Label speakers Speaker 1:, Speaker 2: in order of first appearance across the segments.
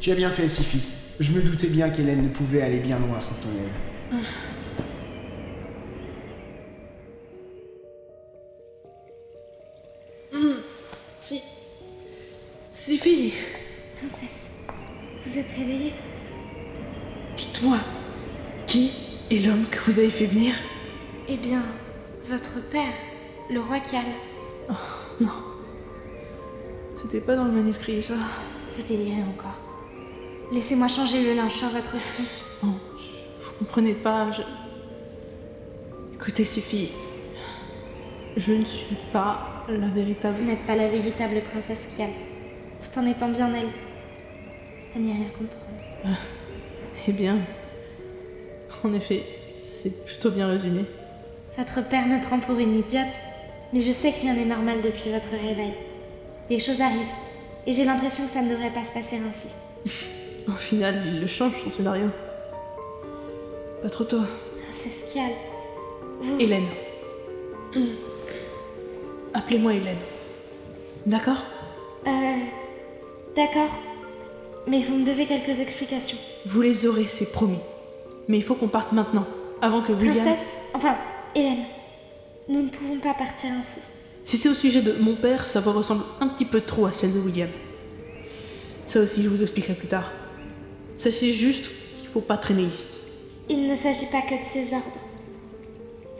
Speaker 1: Tu as bien fait, Sifi. Je me doutais bien qu'Hélène ne pouvait aller bien loin sans ton aide.
Speaker 2: Si. Sifi,
Speaker 3: Princesse, vous êtes réveillée
Speaker 2: dites-moi, qui est l'homme que vous avez fait venir
Speaker 3: Eh bien, votre père, le roi Kial.
Speaker 2: C'était pas dans le manuscrit, ça.
Speaker 3: Vous délirez encore. Laissez-moi changer le linge sur votre front.
Speaker 2: Non, vous comprenez pas, je... Écoutez, Sifi, je ne suis pas la
Speaker 3: Vous
Speaker 2: véritable...
Speaker 3: n'êtes pas la véritable princesse Kial, tout en étant bien elle. C'est à n'y rien comprendre.
Speaker 2: Eh bien... En effet, c'est plutôt bien résumé.
Speaker 3: Votre père me prend pour une idiote, mais je sais que rien n'est normal depuis votre réveil. Des choses arrivent, et j'ai l'impression que ça ne devrait pas se passer ainsi.
Speaker 2: Au final, il le change, son scénario. Pas trop tôt.
Speaker 3: Princesse Kial, vous...
Speaker 2: Hélène. Appelez-moi Hélène. D'accord
Speaker 3: Euh... D'accord, mais vous me devez quelques explications.
Speaker 2: Vous les aurez, c'est promis. Mais il faut qu'on parte maintenant, avant que William...
Speaker 3: Princesse, enfin, Hélène, nous ne pouvons pas partir ainsi.
Speaker 2: Si c'est au sujet de mon père, sa voix ressemble un petit peu trop à celle de William. Ça aussi, je vous expliquerai plus tard. Sachez juste qu'il faut pas traîner ici.
Speaker 3: Il ne s'agit pas que de ses ordres.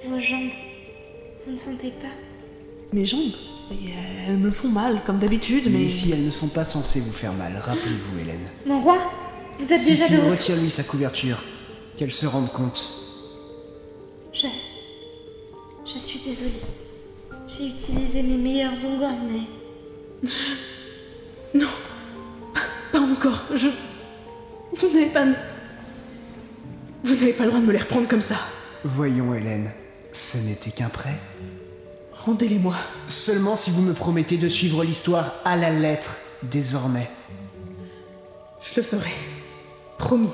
Speaker 3: Vos jambes, vous ne sentez pas
Speaker 2: Mes jambes, mais euh, elles me font mal, comme d'habitude, mais...
Speaker 1: Mais ici, elles ne sont pas censées vous faire mal. Rappelez-vous, Hélène.
Speaker 3: Mon roi, vous êtes déjà
Speaker 1: Sifi,
Speaker 3: de retour.
Speaker 1: retire-lui sa couverture. Qu'elle se rende compte.
Speaker 3: Je. Je suis désolée. J'ai utilisé mes meilleurs ongles, mais.
Speaker 2: Non, pas, pas encore. Je... Vous n'avez pas... Vous n'avez pas le droit de me les reprendre comme ça.
Speaker 1: Voyons, Hélène. Ce n'était qu'un prêt.
Speaker 2: Rendez-les-moi.
Speaker 1: Seulement si vous me promettez de suivre l'histoire à la lettre, désormais.
Speaker 2: Je le ferai. Promis.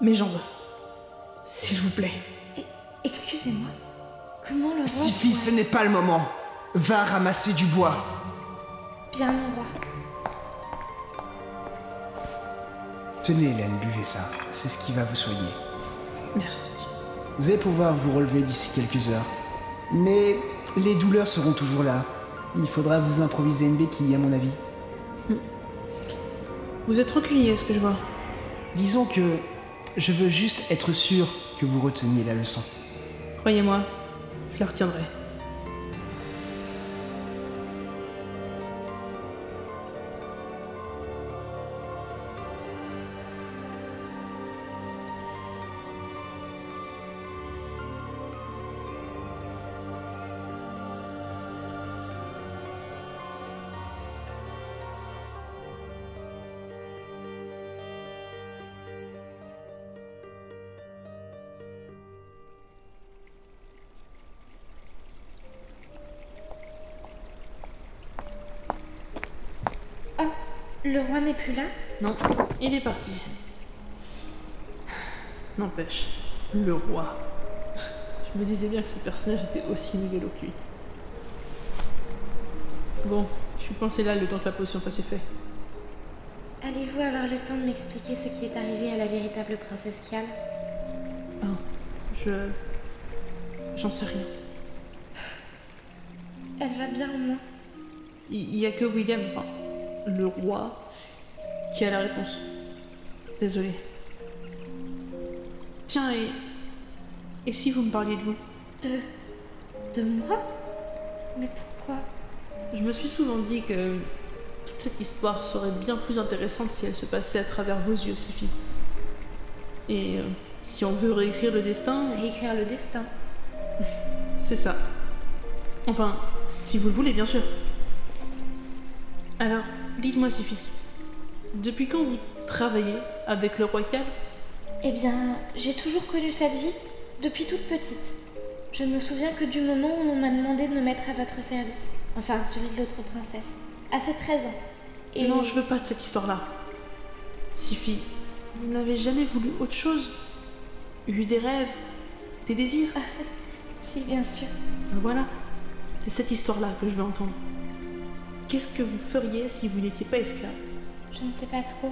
Speaker 2: Mes jambes. S'il vous plaît.
Speaker 3: E- Excusez-moi. Comment le roi.
Speaker 1: Sifi, ce n'est pas le moment. Va ramasser du bois.
Speaker 3: Bien, mon roi.
Speaker 1: Tenez, Hélène, buvez ça. C'est ce qui va vous soigner.
Speaker 2: Merci.
Speaker 1: Vous allez pouvoir vous relever d'ici quelques heures. Mais les douleurs seront toujours là. Il faudra vous improviser une béquille, à mon avis.
Speaker 2: Vous êtes reculier, ce que je vois.
Speaker 1: Disons que je veux juste être sûr que vous reteniez la leçon.
Speaker 2: Croyez-moi, je la retiendrai.
Speaker 3: Oh, le roi n'est plus là
Speaker 2: Non, il est parti. N'empêche, le roi. Je me disais bien que ce personnage était aussi mégalo que lui. Bon, je suis pensé là le temps que la potion fasse effet.
Speaker 3: Allez-vous avoir le temps de m'expliquer ce qui est arrivé à la véritable princesse Kial
Speaker 2: Ah, je. J'en sais rien.
Speaker 3: Elle va bien au moins
Speaker 2: Il n'y a que William, enfin, le roi, qui a la réponse. Désolé. Tiens, et. Et si vous me parliez de vous
Speaker 3: De. de moi Mais pourquoi
Speaker 2: Je me suis souvent dit que toute cette histoire serait bien plus intéressante si elle se passait à travers vos yeux, Sifi. Et euh, si on veut réécrire le destin,
Speaker 3: Réécrire le destin.
Speaker 2: c'est ça. Enfin, si vous le voulez, bien sûr. Alors, dites-moi, Sifi, depuis quand vous travaillez avec le roi Cab
Speaker 3: Eh bien, j'ai toujours connu cette vie, depuis toute petite. Je ne me souviens que du moment où on m'a demandé de me mettre à votre service, enfin celui de l'autre princesse, à ses 13 ans. Et
Speaker 2: Non, je veux pas de cette histoire-là. Sifi, vous n'avez jamais voulu autre chose Eu des rêves Des désirs Ah,
Speaker 3: Si, bien sûr.
Speaker 2: Ben Voilà, c'est cette histoire-là que je veux entendre. Qu'est-ce que vous feriez si vous n'étiez pas esclave
Speaker 3: Je ne sais pas trop.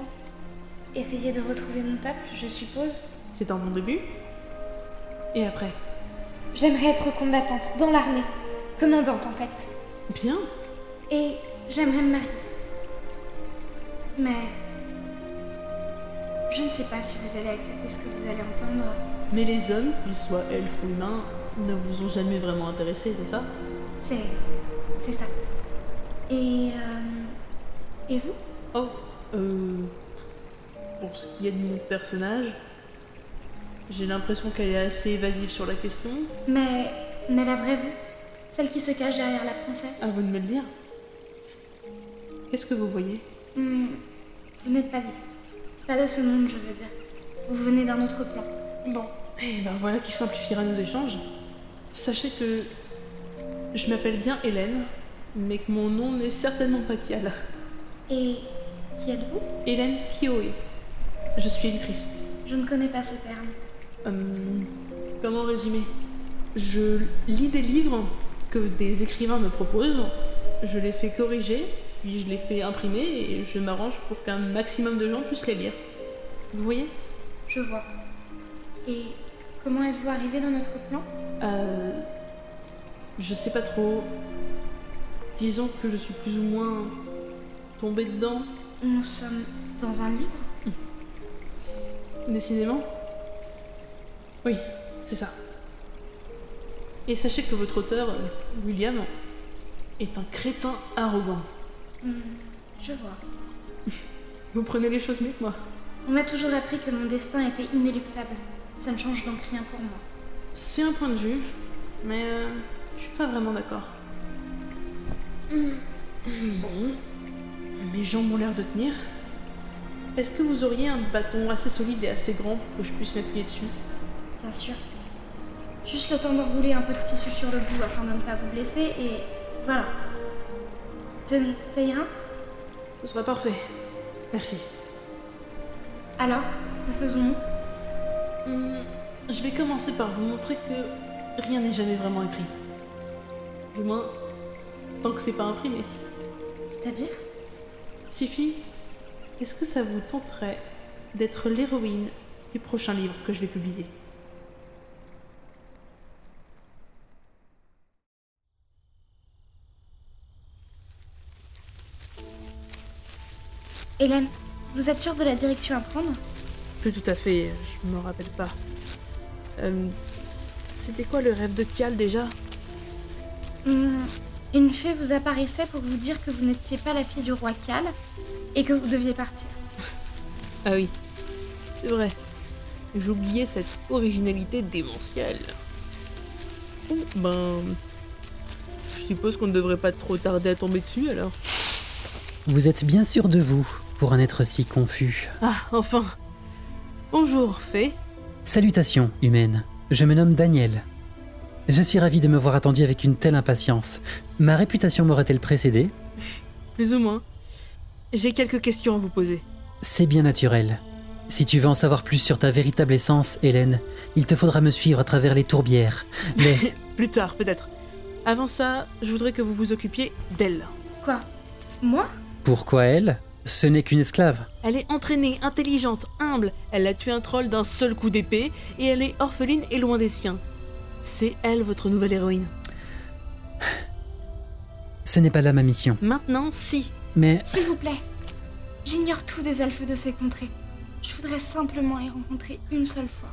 Speaker 3: Essayer de retrouver mon peuple, je suppose.
Speaker 2: C'est un bon début. Et après
Speaker 3: J'aimerais être combattante dans l'armée. Commandante, en fait.
Speaker 2: Bien
Speaker 3: Et j'aimerais me marier. Mais. Je ne sais pas si vous allez accepter ce que vous allez entendre.
Speaker 2: Mais les hommes, qu'ils soient elfes ou humains, ne vous ont jamais vraiment intéressé, c'est ça
Speaker 3: C'est. C'est ça. Et. euh, Et vous
Speaker 2: Oh, euh, pour ce qui est de mon personnage, j'ai l'impression qu'elle est assez évasive sur la question.
Speaker 3: Mais. Mais la vraie vous Celle qui se cache derrière la princesse
Speaker 2: À vous de me le dire. Qu'est-ce que vous voyez
Speaker 3: Hmm, Vous n'êtes pas d'ici. Pas de ce monde, je veux dire. Vous venez d'un autre plan. Bon.
Speaker 2: Eh ben voilà qui simplifiera nos échanges. Sachez que je m'appelle bien Hélène, mais que mon nom n'est certainement pas Kiala.
Speaker 3: Et. Qui êtes-vous
Speaker 2: Hélène Kioé. Je suis éditrice.
Speaker 3: Je ne connais pas ce terme.
Speaker 2: Hum, comment résumer Je lis des livres que des écrivains me proposent, je les fais corriger, puis je les fais imprimer et je m'arrange pour qu'un maximum de gens puissent les lire. Vous voyez
Speaker 3: Je vois. Et comment êtes-vous arrivé dans notre plan
Speaker 2: Euh, Je sais pas trop. Disons que je suis plus ou moins tombée dedans,
Speaker 3: Nous sommes dans un livre
Speaker 2: décidément. Oui, c'est ça. Et sachez que votre auteur, euh, William, est un crétin arrogant.
Speaker 3: Hmm, Je vois.
Speaker 2: Vous prenez les choses mieux que moi.
Speaker 3: On m'a toujours appris que mon destin était inéluctable. Ça ne change donc rien pour moi.
Speaker 2: C'est un point de vue, mais euh, je suis pas vraiment d'accord. Bon, mes jambes ont l'air de tenir. Est-ce que vous auriez un bâton assez solide et assez grand pour que je puisse m'appuyer dessus
Speaker 3: Bien sûr. Juste le temps d'enrouler un peu de tissu sur le bout afin de ne pas vous blesser et voilà. Tenez, ça ira
Speaker 2: Ce sera parfait. Merci.
Speaker 3: Alors, que faisons-nous
Speaker 2: Hum, Je vais commencer par vous montrer que rien n'est jamais vraiment écrit. Du moins, tant que c'est pas imprimé.
Speaker 3: C'est-à-dire
Speaker 2: Suffit. Est-ce que ça vous tenterait d'être l'héroïne du prochain livre que je vais publier
Speaker 3: Hélène, vous êtes sûre de la direction à prendre
Speaker 2: Plus tout à fait, je me rappelle pas. Euh, C'était quoi le rêve de Kial déjà
Speaker 3: Hmm, Une fée vous apparaissait pour vous dire que vous n'étiez pas la fille du roi Cal et que vous deviez partir.
Speaker 2: Ah oui, c'est vrai. J'oubliais cette originalité démentielle. Bon, ben. Je suppose qu'on ne devrait pas trop tarder à tomber dessus alors.
Speaker 4: Vous êtes bien sûr de vous pour en être si confus.
Speaker 2: Ah, enfin Bonjour, Fée.
Speaker 4: Salutations, humaine. Je me nomme Daniel. Je suis ravi de me voir attendu avec une telle impatience. Ma réputation m'aurait-elle précédé
Speaker 2: Plus ou moins. J'ai quelques questions à vous poser.
Speaker 4: C'est bien naturel. Si tu veux en savoir plus sur ta véritable essence, Hélène, il te faudra me suivre à travers les tourbières. Les...
Speaker 2: Plus tard, peut-être. Avant ça, je voudrais que vous vous occupiez d'elle.
Speaker 3: Quoi Moi
Speaker 4: Pourquoi elle Ce n'est qu'une esclave.
Speaker 2: Elle est entraînée, intelligente, humble. Elle a tué un troll d'un seul coup d'épée et elle est orpheline et loin des siens. C'est elle votre nouvelle héroïne.
Speaker 4: Ce n'est pas là ma mission.
Speaker 2: Maintenant, si.
Speaker 4: Mais
Speaker 3: S'il vous plaît, j'ignore tout des elfes de ces contrées. Je voudrais simplement les rencontrer une seule fois.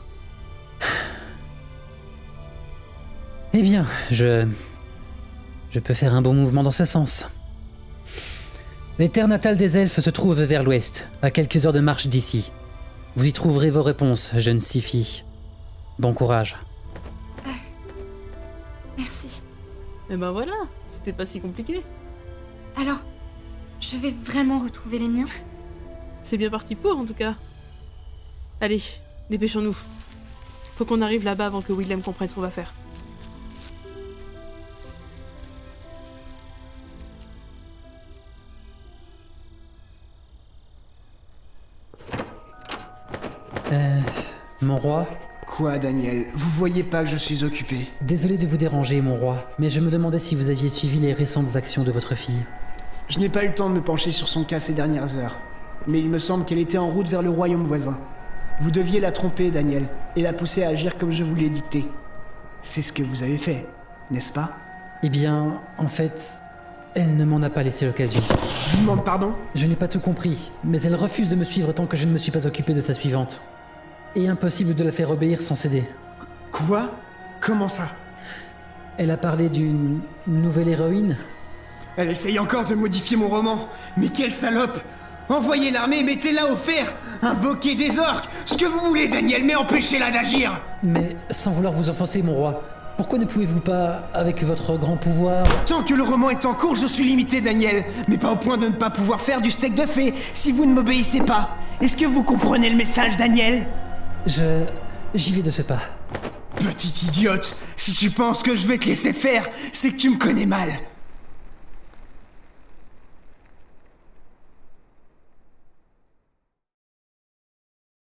Speaker 4: Eh bien, je. Je peux faire un bon mouvement dans ce sens. Les terres natales des elfes se trouvent vers l'ouest, à quelques heures de marche d'ici. Vous y trouverez vos réponses, jeune Sifi. Bon courage.
Speaker 3: Merci.
Speaker 2: Eh ben voilà, c'était pas si compliqué.
Speaker 3: Alors, je vais vraiment retrouver les miens
Speaker 2: C'est bien parti pour en tout cas. Allez, dépêchons-nous. Faut qu'on arrive là-bas avant que Willem comprenne ce qu'on va faire.
Speaker 4: Euh. Mon roi
Speaker 1: Quoi, Daniel Vous voyez pas que je suis occupé
Speaker 4: Désolé de vous déranger, mon roi, mais je me demandais si vous aviez suivi les récentes actions de votre fille.
Speaker 1: Je n'ai pas eu le temps de me pencher sur son cas ces dernières heures, mais il me semble qu'elle était en route vers le royaume voisin. Vous deviez la tromper, Daniel, et la pousser à agir comme je vous l'ai dicté. C'est ce que vous avez fait, n'est-ce pas
Speaker 4: Eh bien, en fait, elle ne m'en a pas laissé l'occasion.
Speaker 1: Je vous demande pardon
Speaker 4: Je n'ai pas tout compris, mais elle refuse de me suivre tant que je ne me suis pas occupé de sa suivante. Et impossible de la faire obéir sans céder.
Speaker 1: Quoi Comment ça
Speaker 4: Elle a parlé d'une nouvelle héroïne
Speaker 1: Elle essaye encore de modifier mon roman Mais quelle salope Envoyez l'armée, mettez-la au fer Invoquez des orques Ce que vous voulez, Daniel, mais empêchez-la d'agir
Speaker 4: Mais sans vouloir vous enfoncer, mon roi, pourquoi ne pouvez-vous pas, avec votre grand pouvoir...
Speaker 1: Tant que le roman est en cours, je suis limité, Daniel, mais pas au point de ne pas pouvoir faire du steak de fée si vous ne m'obéissez pas. Est-ce que vous comprenez le message, Daniel
Speaker 4: Je... J'y vais de ce pas.
Speaker 1: Petite idiote, si tu penses que je vais te laisser faire, c'est que tu me connais mal.